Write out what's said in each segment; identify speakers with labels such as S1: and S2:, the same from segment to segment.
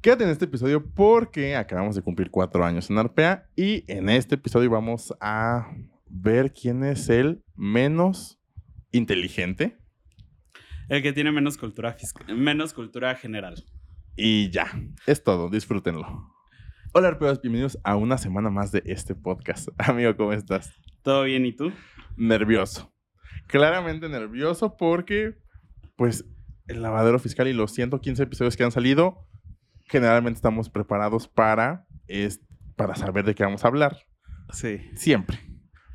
S1: Quédate en este episodio porque acabamos de cumplir cuatro años en Arpea y en este episodio vamos a ver quién es el menos inteligente
S2: El que tiene menos cultura, fisc- menos cultura general.
S1: y ya, es todo, disfrútenlo. Hola Arpeos, bienvenidos a una semana más de este podcast. Amigo, ¿cómo estás?
S2: ¿Todo bien y tú?
S1: Nervioso. Claramente nervioso porque, pues, el lavadero fiscal y los 115 episodios que han salido, generalmente estamos preparados para, es, para saber de qué vamos a hablar.
S2: Sí.
S1: Siempre.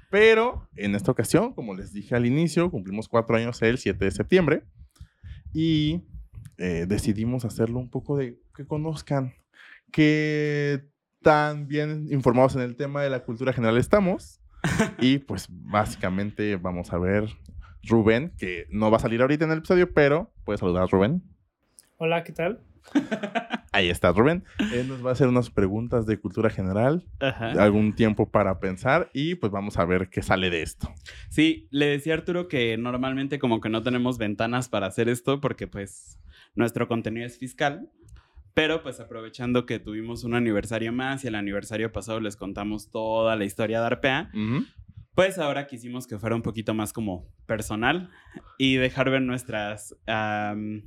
S1: Pero en esta ocasión, como les dije al inicio, cumplimos cuatro años el 7 de septiembre y eh, decidimos hacerlo un poco de que conozcan que tan bien informados en el tema de la cultura general estamos. y pues básicamente vamos a ver Rubén, que no va a salir ahorita en el episodio, pero puedes saludar a Rubén.
S3: Hola, ¿qué tal?
S1: Ahí está Rubén. Él nos va a hacer unas preguntas de cultura general,
S2: Ajá.
S1: algún tiempo para pensar y pues vamos a ver qué sale de esto.
S2: Sí, le decía a Arturo que normalmente como que no tenemos ventanas para hacer esto porque pues nuestro contenido es fiscal, pero pues aprovechando que tuvimos un aniversario más y el aniversario pasado les contamos toda la historia de Arpea, pues ahora quisimos que fuera un poquito más como personal y dejar ver nuestras am,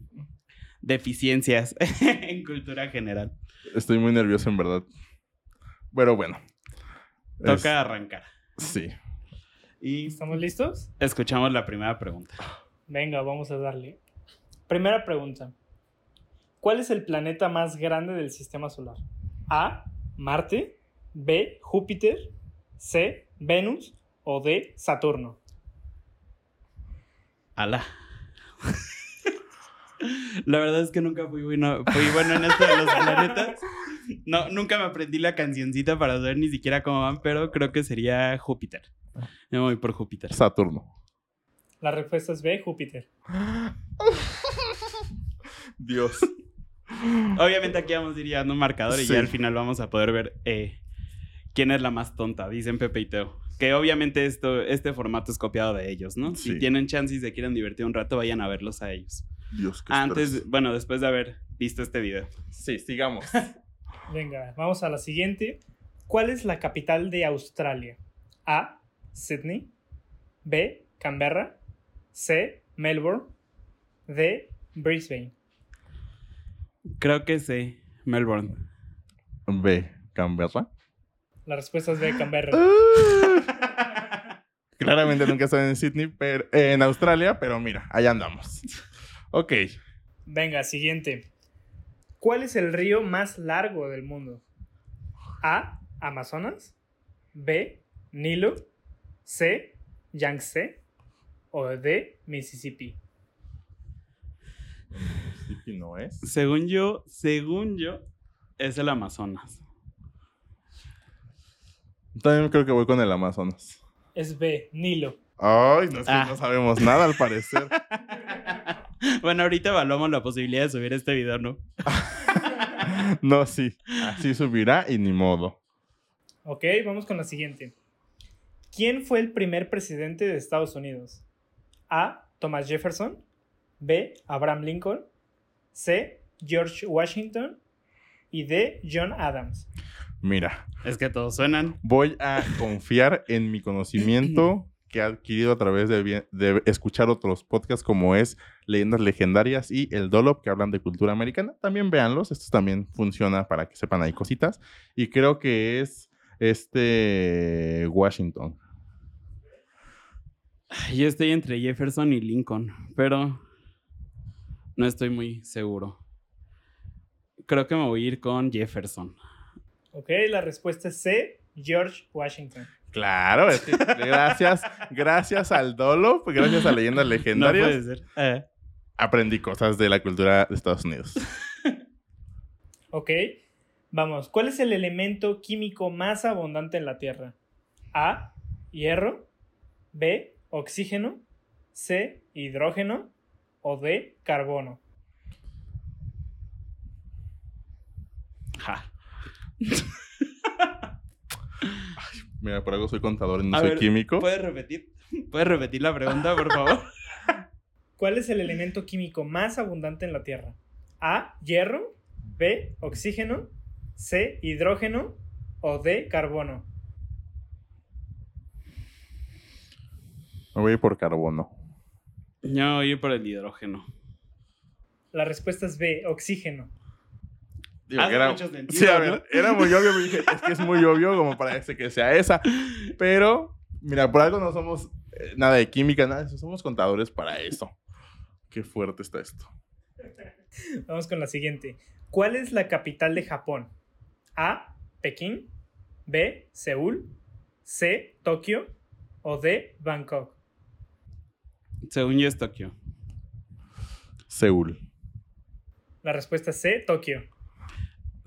S2: deficiencias en cultura general.
S1: Estoy muy nervioso, en verdad. Pero bueno.
S2: Toca
S1: Es-
S2: arrancar.
S1: sí.
S2: Y
S3: ¿Estamos listos?
S2: escuchamos la primera pregunta.
S3: Venga, vamos a darle. Primera pregunta. ¿Cuál es el planeta más grande del sistema solar? A. Marte. B. Júpiter. C. Venus. O D. Saturno.
S2: Ala. La verdad es que nunca fui bueno, fui bueno en esto de los planetas. No, nunca me aprendí la cancioncita para saber ni siquiera cómo van, pero creo que sería Júpiter. Me voy por Júpiter.
S1: Saturno.
S3: La respuesta es B. Júpiter.
S1: Dios.
S2: Obviamente aquí vamos a ir llevando un marcador y
S1: Sí.
S2: ya al final vamos a poder ver eh, quién es la más tonta, dicen Pepe y Teo. Que obviamente esto, este formato es copiado de ellos, ¿no?
S1: Sí.
S2: Si tienen chance y se quieren divertir un rato, vayan a verlos a ellos.
S1: Dios. qué
S2: Antes,
S1: estrés.
S2: bueno, después de haber visto este video.
S1: Sí, sigamos.
S3: Venga, vamos a la siguiente. ¿Cuál es la capital de Australia? A. Sydney. B. Canberra. C. Melbourne. D. Brisbane.
S2: Creo que sí, Melbourne.
S1: B. Canberra.
S3: La respuesta es B. Canberra.
S1: Claramente nunca estoy en Sydney, pero, eh, en Australia, pero mira, allá andamos. Ok.
S3: Venga, siguiente. ¿Cuál es el río más largo del mundo? A. Amazonas. B. Nilo. C. Yangtze. O D. Mississippi.
S1: Mississippi no es.
S2: Según yo, según yo, es el Amazonas.
S1: También creo que voy con el Amazonas.
S3: Es B. Nilo.
S1: Ay, no, es que
S2: Ah.
S1: no sabemos nada al parecer.
S2: Bueno, ahorita evaluamos la posibilidad de subir este video, ¿no?
S1: No, sí. Así subirá y ni modo.
S3: Ok, vamos con la siguiente. ¿Quién fue el primer presidente de Estados Unidos? A. Thomas Jefferson. B. Abraham Lincoln. C. George Washington. Y D. John Adams.
S1: Mira,
S2: Es que todos suenan.
S1: voy a confiar en mi conocimiento que he adquirido a través de, bien- de escuchar otros podcasts como es Leyendas Legendarias y El Dolop que hablan de cultura americana. También véanlos, esto también funciona para que sepan ahí cositas. Y creo que es este Washington.
S2: Ay, Yo estoy entre Jefferson y Lincoln, pero no estoy muy seguro. Creo que me voy a ir con Jefferson.
S3: Ok, la respuesta es C. George Washington.
S1: Claro, es que gracias, gracias al Dolop, gracias a Leyendas
S2: No
S1: Legendarias,
S2: puede ser. Eh,
S1: aprendí cosas de la cultura de Estados Unidos.
S3: Ok, vamos. ¿Cuál es el elemento químico más abundante en la Tierra? A. Hierro. B. Oxígeno. C. Hidrógeno. O D. Carbono.
S2: ja.
S1: Mira, por algo soy contador y no
S2: A
S1: soy
S2: ver, pues.
S1: químico.
S2: ¿Puedes repetir? ¿Puedes repetir la pregunta, por favor?
S3: ¿Cuál es el elemento químico más abundante en la Tierra? A. Hierro. B, oxígeno. C, hidrógeno. O D, carbono.
S1: Me voy a ir por carbono.
S2: Yo voy a ir por el hidrógeno.
S3: La respuesta es B, oxígeno.
S1: Digo,
S2: Hace
S1: que era,
S2: mucho sentido,
S1: sí, a
S2: ¿no?
S1: ver, era muy obvio. me dije, es que es muy obvio como parece que sea esa. Pero, mira, por algo no somos eh, nada de química, nada de eso. Somos contadores para eso. Qué fuerte está esto.
S3: Vamos con la siguiente. ¿Cuál es la capital de Japón? A, Pekín. B, Seúl. C, Tokio. O D, Bangkok.
S2: Según yo es Tokio.
S1: Seúl.
S3: La respuesta es C, Tokio.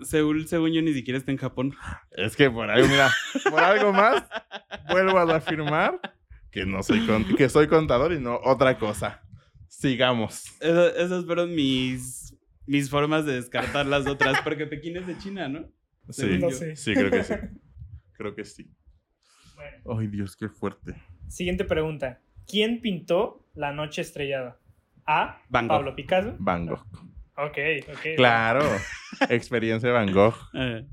S2: Seúl, según yo, ni siquiera está en Japón.
S1: Es que por algo, mira, por algo más, vuelvo a afirmar que no soy con- que soy contador y no otra cosa. Sigamos.
S2: Eso- esas fueron mis, mis formas de descartar las otras, porque Pekín es de China, ¿no?
S1: Sí,
S3: No sé.
S1: sí, creo que sí. Creo que sí.
S3: Bueno,
S1: Ay, Dios, qué fuerte.
S3: siguiente pregunta. ¿Quién pintó La Noche Estrellada? A,
S2: Van Gogh.
S3: Pablo Picasso.
S1: Van Gogh.
S3: Ok, ok.
S1: Claro. Experiencia de Van Gogh.
S2: Eh,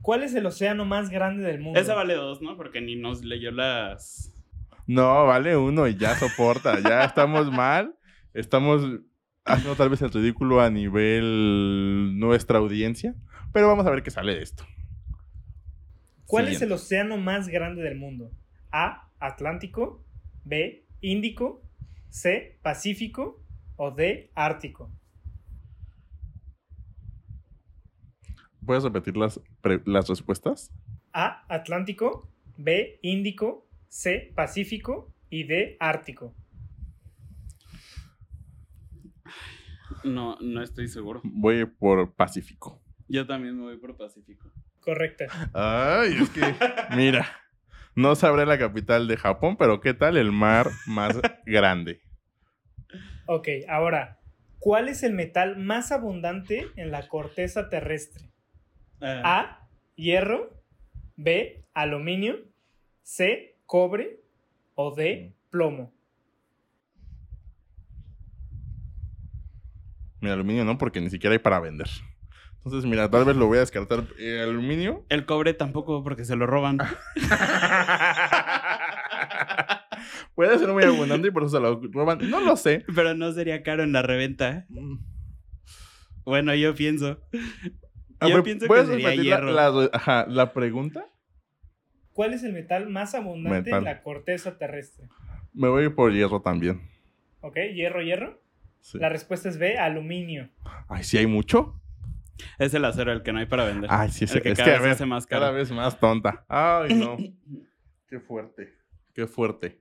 S3: ¿Cuál es el océano más grande del mundo?
S2: esa vale dos, ¿no? Porque ni nos leyó las...
S1: No, vale uno y ya soporta. Ya estamos mal. Estamos haciendo tal vez el ridículo a nivel nuestra audiencia. Pero vamos a ver qué sale de esto.
S3: ¿Cuál es el océano más grande del mundo? A, Atlántico. B, Índico. C, Pacífico. O D, Ártico.
S1: ¿Puedes repetir las, pre- las respuestas?
S3: A, Atlántico. B, Índico. C, Pacífico. Y D, Ártico.
S2: No, no estoy seguro.
S1: Voy por Pacífico.
S2: Yo también me voy por Pacífico.
S3: Correcta.
S1: Ay, es que, mira, no sabré la capital de Japón, pero ¿qué tal el mar más grande?
S3: Ok, ahora, ¿cuál es el metal más abundante en la corteza terrestre?
S2: Eh,
S3: A, hierro. B, aluminio. C, cobre. O D, plomo.
S1: Mi aluminio no, porque ni siquiera hay para vender. Entonces, mira, tal vez lo voy a descartar. ¿El aluminio?
S2: El cobre tampoco, porque se lo roban.
S3: Ah.
S1: Puede ser muy abundante y por eso se lo roban. No lo sé.
S2: Pero no sería caro en la reventa. ¿eh? Bueno, yo pienso.
S1: Ah,
S2: Yo
S1: ¿me
S2: pienso que
S1: ¿puedes
S2: sería
S1: repetir
S2: hierro.
S1: La, la- ajá, la pregunta?
S3: ¿Cuál es el metal más abundante
S1: Metal.
S3: en la corteza terrestre?
S1: Me voy por hierro también.
S3: ¿Ok? ¿Hierro, hierro?
S1: Sí.
S3: La respuesta es B, aluminio.
S1: Ay, ¿sí hay mucho?
S2: Es el acero el que no hay para vender.
S1: Ay, sí, Ah, sí.
S2: el que
S1: es
S2: cada
S1: que a
S2: vez
S1: ver,
S2: se hace más
S1: Cada
S2: caro.
S1: vez más tonta. Ay, no. Qué fuerte. Qué fuerte.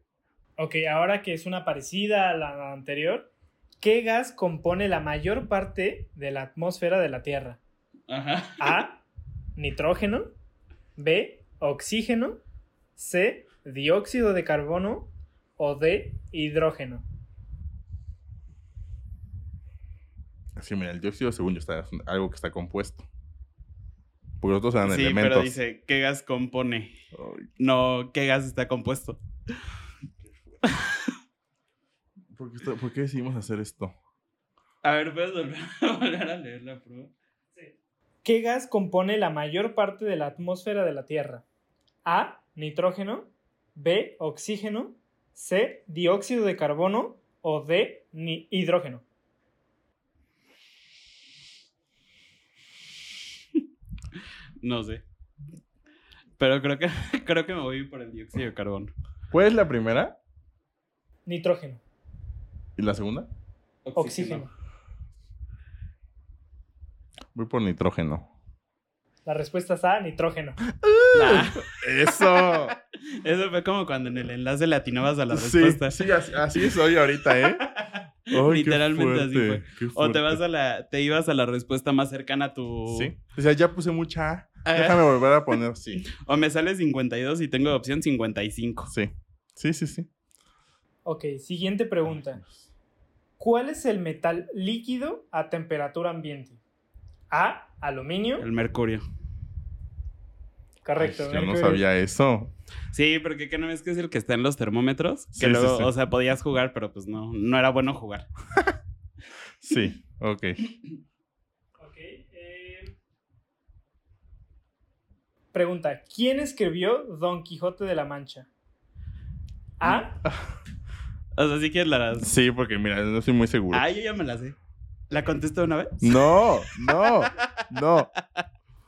S3: Ok, ahora que es una parecida a la anterior, ¿qué gas compone la mayor parte de la atmósfera de la Tierra?
S2: Ajá.
S3: A, nitrógeno. B, oxígeno. C, dióxido de carbono. O D, hidrógeno.
S1: Sí, mira, el dióxido, según yo, está, es algo que está compuesto. Porque los otros eran
S2: Sí,
S1: elementos.
S2: pero dice, ¿qué gas compone?
S1: Ay,
S2: No, ¿qué gas está compuesto?
S1: ¿por, qué está- por qué decidimos hacer esto?
S2: A ver, ¿puedes volver, volver a leer la prueba?
S3: ¿Qué gas compone la mayor parte de la atmósfera de la Tierra? A. Nitrógeno. B. Oxígeno. C. Dióxido de carbono. O D. ni- hidrógeno.
S2: No sé. Pero creo que, creo que me voy por el dióxido de carbono.
S1: ¿Cuál es la primera
S3: Nitrógeno.
S1: y la segunda?
S3: Oxígeno.
S1: Voy por nitrógeno.
S3: La respuesta es A. Nitrógeno.
S2: Nah,
S1: ¡Eso!
S2: eso fue como cuando en el enlace latinabas a la
S1: sí,
S2: respuesta.
S1: sí, así, así soy ahorita, ¿eh? Ay, qué
S2: Literalmente así
S1: fuerte, qué
S2: O
S1: fuerte.
S2: te vas a la, te ibas a la respuesta más cercana a tu.
S1: Sí. O sea, ya puse mucha A.
S2: Ah.
S1: Déjame volver a poner sí.
S2: O me sale 52 y tengo de opción 55.
S1: Sí. Sí, sí, sí.
S3: Ok, siguiente pregunta. ¿Cuál es el metal líquido a temperatura ambiente? A. Aluminio.
S2: El mercurio.
S3: Correcto.
S1: Yo no
S3: mercurio.
S1: sabía eso.
S2: Sí, porque que no ves que es el que está en los termómetros. Que
S1: Sí, sí,
S2: luego,
S1: sí.
S2: o sea, podías jugar, pero pues no, no era bueno jugar.
S1: Sí, ok.
S3: eh, Pregunta, ¿quién escribió Don Quijote de la Mancha? A.
S2: O sea, sí que la
S1: Sí, porque mira, no estoy muy seguro.
S2: Ah, yo ya me la sé. ¿La contesto de una vez?
S1: No, no, no.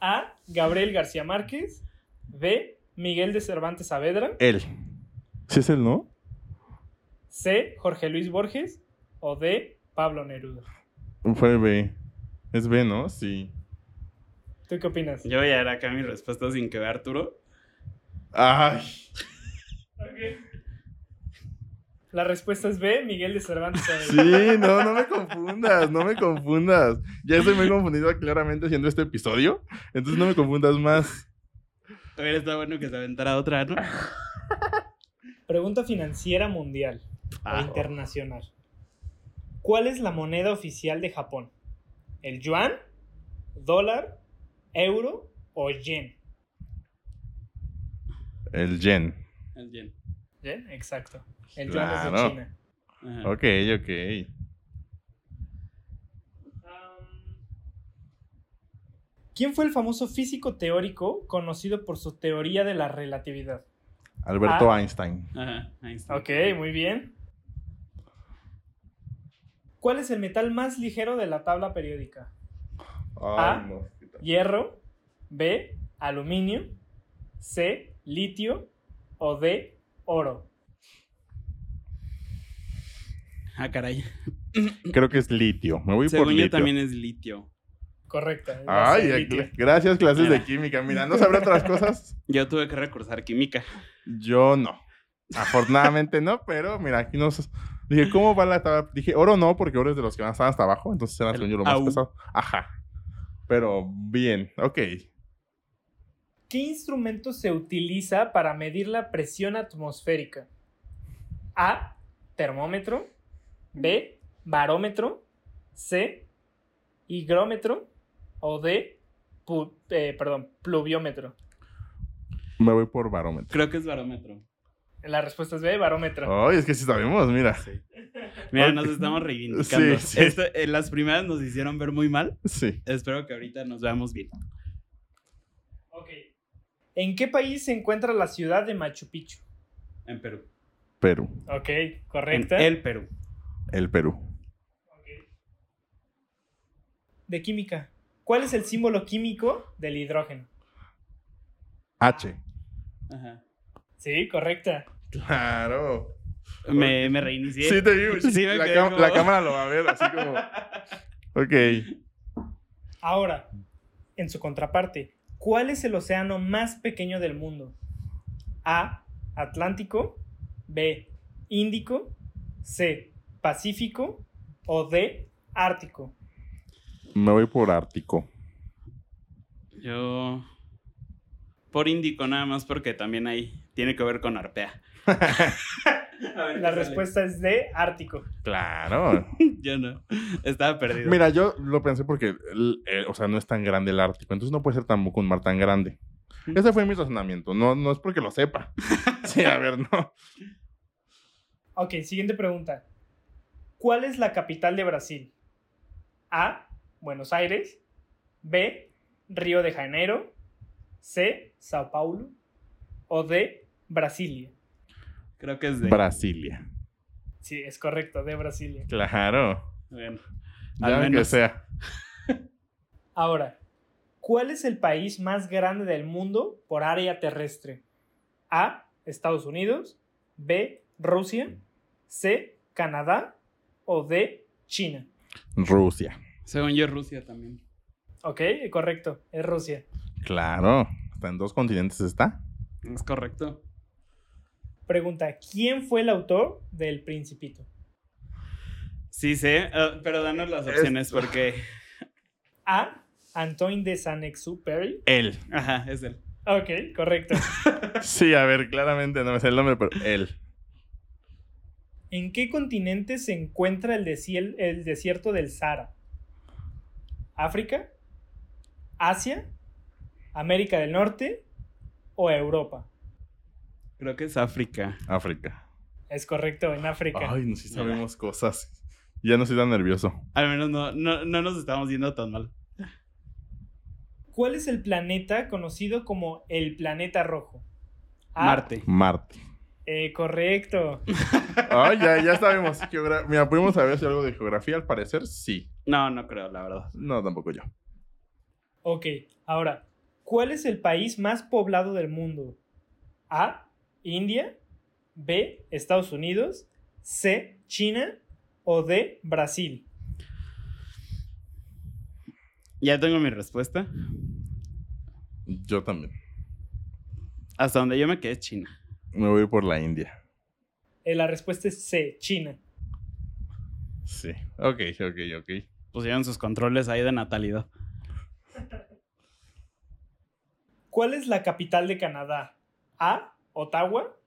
S3: A. Gabriel García Márquez. B. Miguel de Cervantes Saavedra.
S1: Él. ¿Sí es él, no?
S3: C. Jorge Luis Borges. O D. Pablo Neruda.
S1: Fue B. Es B, ¿no? Sí.
S3: ¿Tú qué opinas?
S2: Yo voy a dar acá mi respuesta sin que vea Arturo.
S1: Ay.
S3: La respuesta es B. Miguel de Cervantes Saavedra.
S1: Sí, no, no me confundas, no me confundas. Ya estoy muy confundida claramente haciendo este episodio, entonces no me confundas más.
S2: Hubiera estado bueno que se aventara otra, ¿no?
S3: Pregunta financiera mundial o
S2: Ah,
S3: internacional. ¿Cuál es la moneda oficial de Japón? ¿El yuan, dólar, euro o yen?
S1: El yen.
S2: el bien.
S3: Yen, exacto. El yuan es de
S1: Claro.
S3: China.
S2: Ajá.
S1: Ok, ok.
S3: ¿Quién fue el famoso físico teórico conocido por su teoría de la relatividad?
S1: Alberto
S3: Ah.
S1: Einstein.
S2: Ajá, ahí está.
S3: Ok, muy bien. ¿Cuál es el metal más ligero de la tabla periódica? Ah.
S1: no. qué tal.
S3: ¿Hierro, B, aluminio, C, litio o D, oro?
S2: Ah, caray.
S1: Creo que es litio. Me voy
S2: Según
S1: por
S2: yo
S1: litio.
S2: también es litio.
S3: Correcta. va a ser
S1: Ay,
S3: litio.
S1: cl- gracias clases de
S2: Mira.
S1: química. Mira, ¿no sabrá otras cosas?
S2: Yo tuve que recursar química.
S1: Yo no. Afortunadamente no, pero mira, aquí nos... Dije, ¿cómo va la tabla? Dije, oro no, porque oro es de los que van a estar hasta abajo, entonces será
S2: El
S1: según yo lo más
S2: AU.
S1: pesado. Ajá. Pero bien, ok.
S3: ¿Qué instrumento se utiliza para medir la presión atmosférica? A. Termómetro. B. Barómetro. C. Higrómetro. O D. pu- eh, perdón, pluviómetro.
S1: Me voy por barómetro.
S2: Creo que es barómetro.
S3: La respuesta es B. Barómetro.
S1: Ay, es que sí sabemos, mira.
S2: Mira,
S1: Ok.
S2: nos estamos reivindicando.
S1: Sí, sí.
S2: Esto, eh, las primeras nos hicieron ver muy mal.
S1: Sí.
S2: Espero que ahorita nos veamos bien.
S3: Ok. ¿En qué país se encuentra la ciudad de Machu Picchu?
S2: En Perú.
S1: Perú.
S3: Ok,
S2: En
S3: correcta.
S2: el Perú.
S1: El Perú.
S3: De química. ¿Cuál es el símbolo químico del hidrógeno?
S1: H.
S2: Ajá.
S3: Sí, correcta.
S1: Claro.
S2: Me, me reinicié.
S1: Sí, te digo.
S2: Sí, me
S1: la,
S2: quedé
S1: cam-
S2: como-
S1: la cámara lo va a ver, así como. Ok.
S3: Ahora, en su contraparte, ¿cuál es el océano más pequeño del mundo? A. Atlántico. B. Índico. C. Pacífico. O D. Ártico.
S1: Me voy por Ártico.
S2: Yo. Por Índico, nada más, porque también ahí tiene que ver con Arpea. A ver
S3: La
S2: qué sale.
S3: respuesta es D. Ártico.
S1: Claro.
S2: Yo no. Estaba perdido.
S1: Mira, yo lo pensé porque, el- eh, o sea, no es tan grande el Ártico, entonces no puede ser tampoco un mar tan grande. Ese fue mi razonamiento, no, no es porque lo sepa. Sí, a ver, no.
S3: Ok, siguiente pregunta. ¿Cuál es la capital de Brasil? A. Buenos Aires. B. Río de Janeiro. C. Sao Paulo. O D. Brasilia.
S2: Creo que es de.
S1: Brasilia.
S3: Sí, es correcto, de Brasilia.
S1: Claro.
S2: Bueno, al
S1: Ya que
S2: menos.
S1: sea.
S3: Ahora, ¿cuál es el país más grande del mundo por área terrestre? A. Estados Unidos. B. Rusia. C. Canadá. O D. China.
S1: Rusia.
S2: Según yo, Rusia también.
S3: Ok, correcto, es Rusia.
S1: Claro. Hasta en dos continentes está.
S2: Es correcto.
S3: Pregunta, ¿quién fue el autor del Principito?
S2: Sí, sé, ah, pero danos las opciones porque.
S3: A. Antoine de Saint-Exupéry.
S1: Él.
S2: Ajá, es él.
S3: Ok, correcto.
S1: Sí, a ver, claramente no me sé el nombre, pero él.
S3: ¿En qué continente se encuentra el, desiel- el desierto del Sahara? ¿África? ¿Asia? ¿América del Norte? ¿O Europa?
S2: Creo que es África.
S1: África.
S3: Es correcto, en África.
S1: Ay, no sí sabemos cosas. Ya no estoy tan nervioso.
S2: Al menos no, no, no nos estamos yendo tan mal.
S3: ¿Cuál es el planeta conocido como el planeta rojo? A,
S2: Marte.
S1: Marte.
S3: Eh, correcto.
S1: Ay, ya, ya sabemos. Geogra- Mira, pudimos saber si algo de geografía, al parecer, sí.
S2: No, no creo, la verdad.
S1: No, tampoco yo.
S3: Ok, ahora, ¿cuál es el país más poblado del mundo? A, India, B, Estados Unidos, C, China o D, Brasil.
S2: Ya tengo mi respuesta.
S1: Yo también.
S2: Hasta donde yo me quedé es China.
S1: Me voy por la India.
S3: Eh, la respuesta es C, China.
S1: Sí. Ok, ok, ok.
S2: Pusieron sus controles ahí de natalidad.
S3: ¿Cuál es la capital de Canadá? A, Ottawa,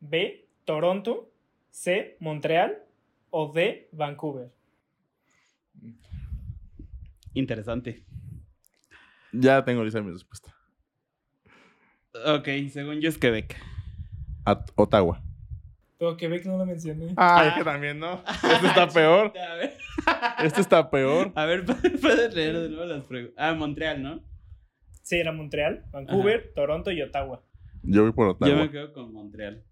S3: B, Toronto, C, Montreal o D, Vancouver.
S2: Interesante.
S1: Ya tengo lista mi respuesta.
S2: Ok, según yo es Quebec.
S1: At- Ottawa.
S3: Pero Quebec no lo mencioné.
S1: Ah,
S2: Ah.
S1: es que también no. Este está peor.
S2: A ver,
S1: Este está peor.
S2: a ver, puedes leer de nuevo las preguntas. Ah, Montreal, ¿no?
S3: Sí, era Montreal, Vancouver, Toronto y Ottawa.
S1: Yo voy por
S2: Yo
S1: Ottawa.
S2: me quedo con Montreal.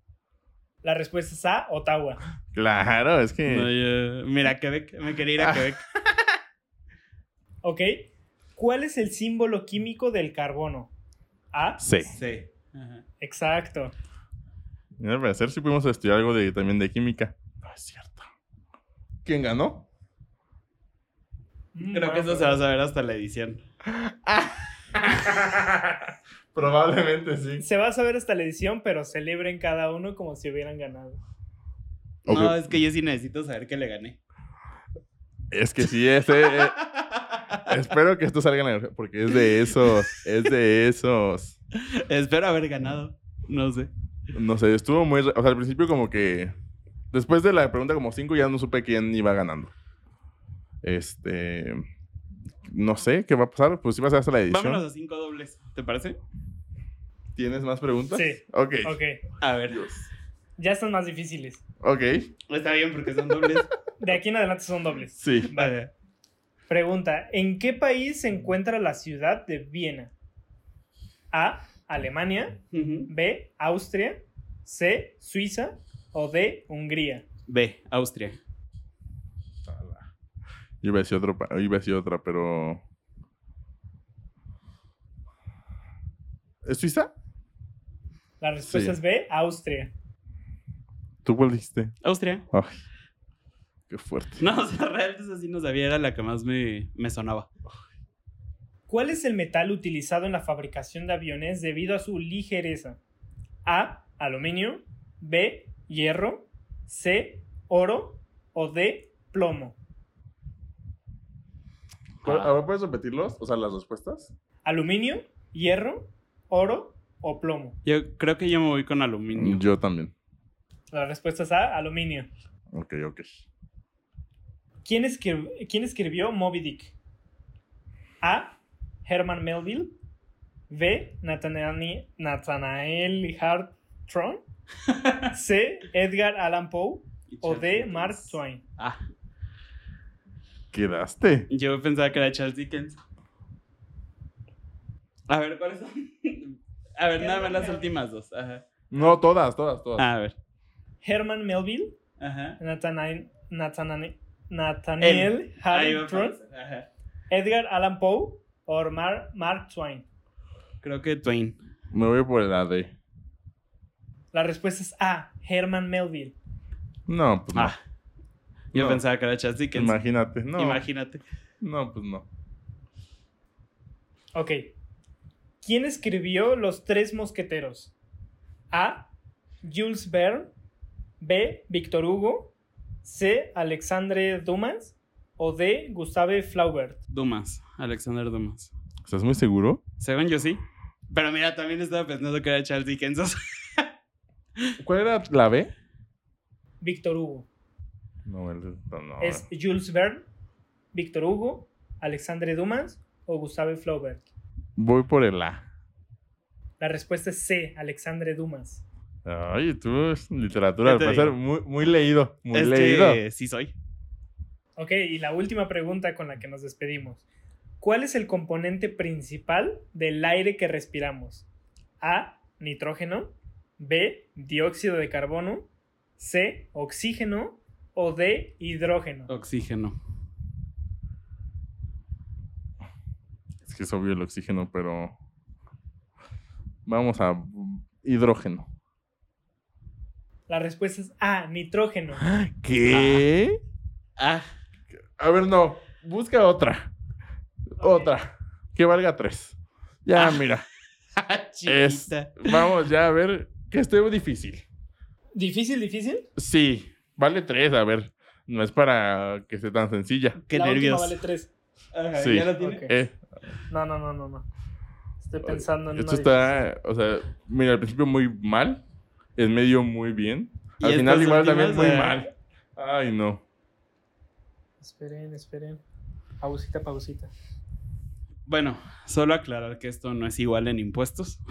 S3: La respuesta es A, Ottawa.
S1: Claro, es que.
S2: No, yo- Mira, Quebec. Me quería ir a
S1: Ah.
S2: Quebec.
S3: ¿Ok? ¿Cuál es el símbolo químico del carbono? A.
S1: Sí.
S2: Sí. Ajá.
S3: Exacto.
S1: Mira, Al parecer sí pudimos estudiar algo de, también de química. No es cierto. ¿Quién ganó?
S3: Mm,
S2: Creo que
S3: bueno,
S2: eso se va a saber hasta la edición.
S1: Probablemente sí.
S3: se va a saber hasta la edición, pero celebren cada uno como si hubieran ganado.
S1: Ok.
S2: No, es que yo sí necesito saber que le gané.
S1: Es que sí, este. eh, espero que esto salga en la. Porque es de esos. Es de esos.
S2: Espero haber ganado. No sé.
S1: No sé, estuvo muy. re- O sea, al principio, como que. Después de la pregunta como 5, ya no supe quién iba ganando. Este. No sé qué va a pasar. Pues sí va a ser hasta la edición.
S2: Vámonos a cinco dobles. ¿Te parece?
S1: ¿Tienes más preguntas?
S3: Sí.
S1: Ok.
S3: Ok.
S2: A ver.
S3: Ya están más difíciles.
S1: Ok.
S2: Está bien porque son dobles.
S3: De aquí en adelante son dobles.
S1: Sí.
S2: Vale.
S3: Pregunta: ¿En qué país se encuentra la ciudad de Viena? A. Alemania.
S2: Ujú.
S3: B. Austria. C. Suiza. O D. Hungría.
S2: B, Austria.
S1: Yo iba a decir, otro, pa- yo iba a decir otra, pero. ¿Es Suiza?
S3: La
S1: Sí.
S3: respuesta es B. Austria.
S1: ¿Tú cuál dijiste?
S2: Austria.
S1: Ay, qué fuerte.
S2: No, o sea, realmente esa sí no sabía, era la que más me, me sonaba.
S3: ¿Cuál es el metal utilizado en la fabricación de aviones debido a su ligereza? A. Aluminio. B. Hierro. C. Oro. O D. Plomo.
S1: ¿Cuál-
S2: Ah.
S1: a ver, ¿Puedes repetirlos? O sea, las respuestas.
S3: Aluminio, hierro, oro o plomo.
S2: Yo creo que yo me voy con aluminio.
S1: Yo también.
S3: La respuesta es A. Aluminio.
S1: Ok, ok.
S3: ¿Quién, escri- quién escribió Moby Dick? A. Herman Melville. B. Nathaniel, Nathanael Hartron. C. Edgar Allan Poe. O D. Mark Twain.
S2: Ah,
S1: Quedaste.
S2: yo pensaba que era Charles Dickens. A ver, ¿cuáles son? A ver, nada más las últimas dos. Ajá.
S1: No, todas, todas, todas.
S2: A ver.
S3: Herman Melville,
S2: Ajá.
S3: Nathanael, Nathanael, Nathaniel
S2: Ahí va
S3: Harrington,
S2: Francia. Ajá.
S3: Edgar Allan Poe o Mar- Mark Twain.
S2: Creo que Twain.
S1: Me voy por la D.
S3: La respuesta es A, Herman Melville.
S1: No, pues no.
S2: Ah. Yo
S1: No.
S2: pensaba que era Charles Dickens.
S1: Imagínate. No,
S2: Imagínate.
S1: no, pues no.
S3: Ok. ¿Quién escribió Los Tres Mosqueteros? A, Jules Verne, B, Víctor Hugo, C, Alexandre Dumas o D, Gustave Flaubert.
S2: Dumas. Alexander Dumas.
S1: ¿Estás muy seguro?
S2: Según yo sí. Pero mira, también estaba pensando que era Charles Dickens. o sea,
S1: ¿Cuál era la B?
S3: Víctor Hugo.
S1: No, el- no, no.
S3: ¿Es Jules Verne, Víctor Hugo, Alexandre Dumas o Gustave Flaubert?
S1: Voy por el A.
S3: La respuesta es C, Alexandre Dumas.
S1: Ay, tú es literatura,
S2: ¿Qué
S1: al
S2: te
S1: parecer,
S2: digo?
S1: muy, muy leído. Muy
S2: es
S1: leído.
S2: que sí soy.
S3: Ok, y la última pregunta con la que nos despedimos. ¿Cuál es el componente principal del aire que respiramos? A. Nitrógeno. B. Dióxido de carbono. C. Oxígeno. O D. Hidrógeno.
S2: Oxígeno.
S1: Es que es obvio el oxígeno, pero. Vamos a mm, hidrógeno.
S3: La respuesta es A. Nitrógeno.
S1: ¿Qué?
S2: Ah,
S1: A ver, no. Busca otra. Otra. Que valga tres. Ya,
S2: Ah.
S1: mira. Es-
S2: chiquita.
S1: Vamos ya a ver. Que esté difícil.
S3: ¿Difícil, difícil?
S1: Sí, vale tres. A ver, no es para que esté tan sencilla.
S2: Qué
S3: La última
S2: nervios.
S3: vale tres.
S2: Ajá,
S1: Sí.
S2: ¿ya la tiene?
S3: Ok.
S1: Eh,
S3: No, no, no, no, no. Estoy
S1: Oye,
S3: pensando en
S1: esto
S3: una
S1: está, o sea, mira, al principio muy mal, en medio muy bien,
S2: Y
S1: al final
S2: estas
S1: igual también
S2: últimas,
S1: muy
S2: eh,
S1: mal. Ay, no.
S3: difícil. Esperen, esperen. Pausita, pausita.
S2: Bueno, solo aclarar que esto no es igual en impuestos.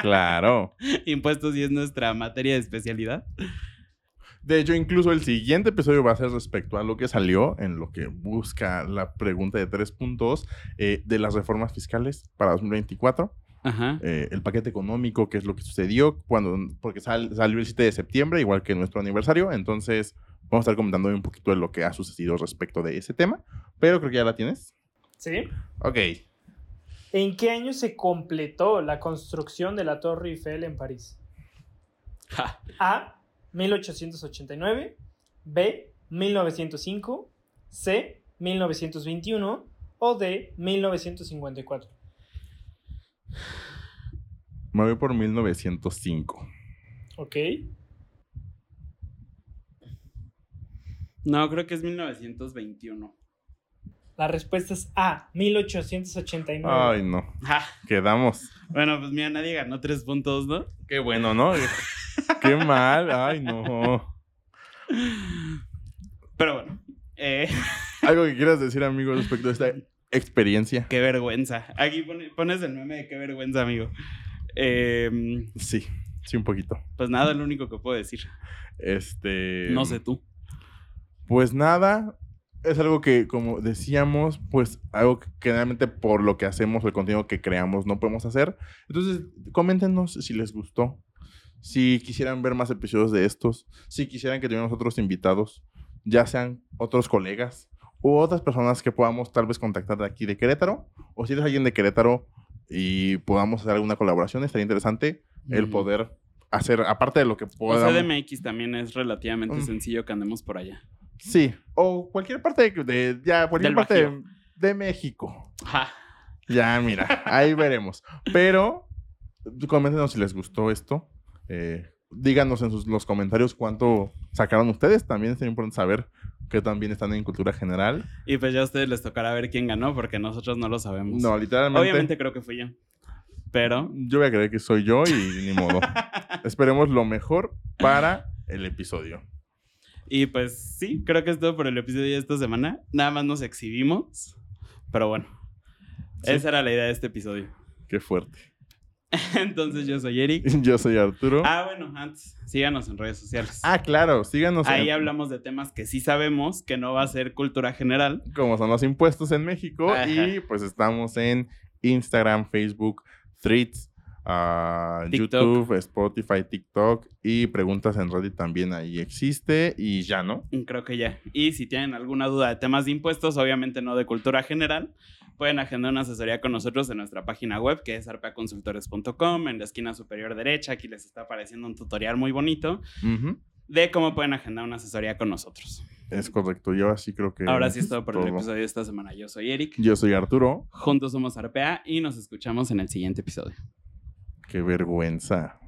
S1: Claro.
S2: impuestos sí es nuestra materia de especialidad.
S1: De hecho, incluso el siguiente episodio va a ser respecto a lo que salió en lo que busca la pregunta de tres puntos eh, de las reformas fiscales para 2024.
S2: Ajá.
S1: eh, el paquete económico, que es lo que sucedió cuando, porque sal- salió el 7 de septiembre, igual que nuestro aniversario, entonces vamos a estar comentando un poquito de lo que ha sucedido respecto de ese tema, pero creo que ya la tienes.
S3: ¿Sí?
S1: Ok.
S3: ¿En qué año se completó la construcción de la Torre Eiffel en París?
S2: Ja.
S3: A. 1889. B. 1905. C. 1921. O D. 1954.
S1: Me voy por 1905.
S3: Ok.
S2: No, creo que es 1921.
S3: La respuesta es A. 1889.
S1: Ay, no.
S2: Ja.
S1: Quedamos.
S2: Bueno, pues mira, nadie ganó tres puntos, ¿no?
S1: Qué bueno, ¿no? Qué mal. Ay, no.
S2: Pero bueno, eh,
S1: Algo que quieras decir, amigo, respecto a esta experiencia.
S2: qué vergüenza. Aquí pone- pones el meme de qué vergüenza, amigo. Eh,
S1: Sí, sí, un poquito.
S2: pues nada, es lo único que puedo decir.
S1: Este.
S2: No sé tú.
S1: Pues nada, es algo que, como decíamos, pues algo que generalmente por lo que hacemos, el contenido que creamos, no podemos hacer. Entonces, coméntenos si les gustó, si quisieran ver más episodios de estos, si quisieran que tuviéramos otros invitados, ya sean otros colegas u otras personas que podamos tal vez contactar de aquí de Querétaro, o si eres alguien de Querétaro y podamos hacer alguna colaboración, estaría interesante el poder hacer, aparte de lo que
S2: Mm. O
S1: podamos...
S2: sea, DMX también es relativamente
S1: Mm.
S2: sencillo que andemos por allá.
S1: Sí, o cualquier parte de, de- ya cualquier
S2: Del
S1: parte de, de México.
S2: Ja.
S1: Ya, mira, ahí veremos. Pero coméntenos si les gustó esto. Eh, díganos en sus, los comentarios cuánto sacaron ustedes. También sería importante saber que también están en cultura general.
S2: Y pues ya a ustedes les tocará ver quién ganó porque nosotros no lo sabemos.
S1: No, literalmente.
S2: Obviamente creo que fui yo. Pero
S1: Yo voy a creer que soy yo y ni modo. Esperemos lo mejor para el episodio.
S2: Y pues sí, creo que es todo por el episodio de esta semana. Nada más nos exhibimos. Pero bueno,
S1: Sí.
S2: esa era la idea de este episodio.
S1: Qué fuerte.
S2: Entonces yo soy Eric.
S1: Yo soy Arturo. Ah,
S2: Ah, bueno, antes, síganos en redes sociales.
S1: claro, síganos.
S2: Ahí
S1: en-
S2: hablamos de temas que sí sabemos, que no va a ser cultura general.
S1: como son los impuestos en México.
S2: Ajá.
S1: Y pues estamos en Instagram, Facebook, Threads, ah,
S2: TikTok.
S1: YouTube, Spotify, TikTok y preguntas en Reddit también ahí existe y ya, ¿no?
S2: Creo que ya. Y si tienen alguna duda de temas de impuestos, obviamente no de cultura general, pueden agendar una asesoría con nosotros en nuestra página web, que es arpaconsultores.com. En la esquina superior derecha, aquí les está apareciendo un tutorial muy bonito
S1: Ujú.
S2: de cómo pueden agendar una asesoría con nosotros.
S1: Es correcto, yo así creo que...
S2: Ahora sí es todo por el
S1: todo.
S2: episodio de esta semana. Yo soy Eric,
S1: Yo soy Arturo,
S2: juntos somos Arpea y nos escuchamos en el siguiente episodio.
S1: qué vergüenza.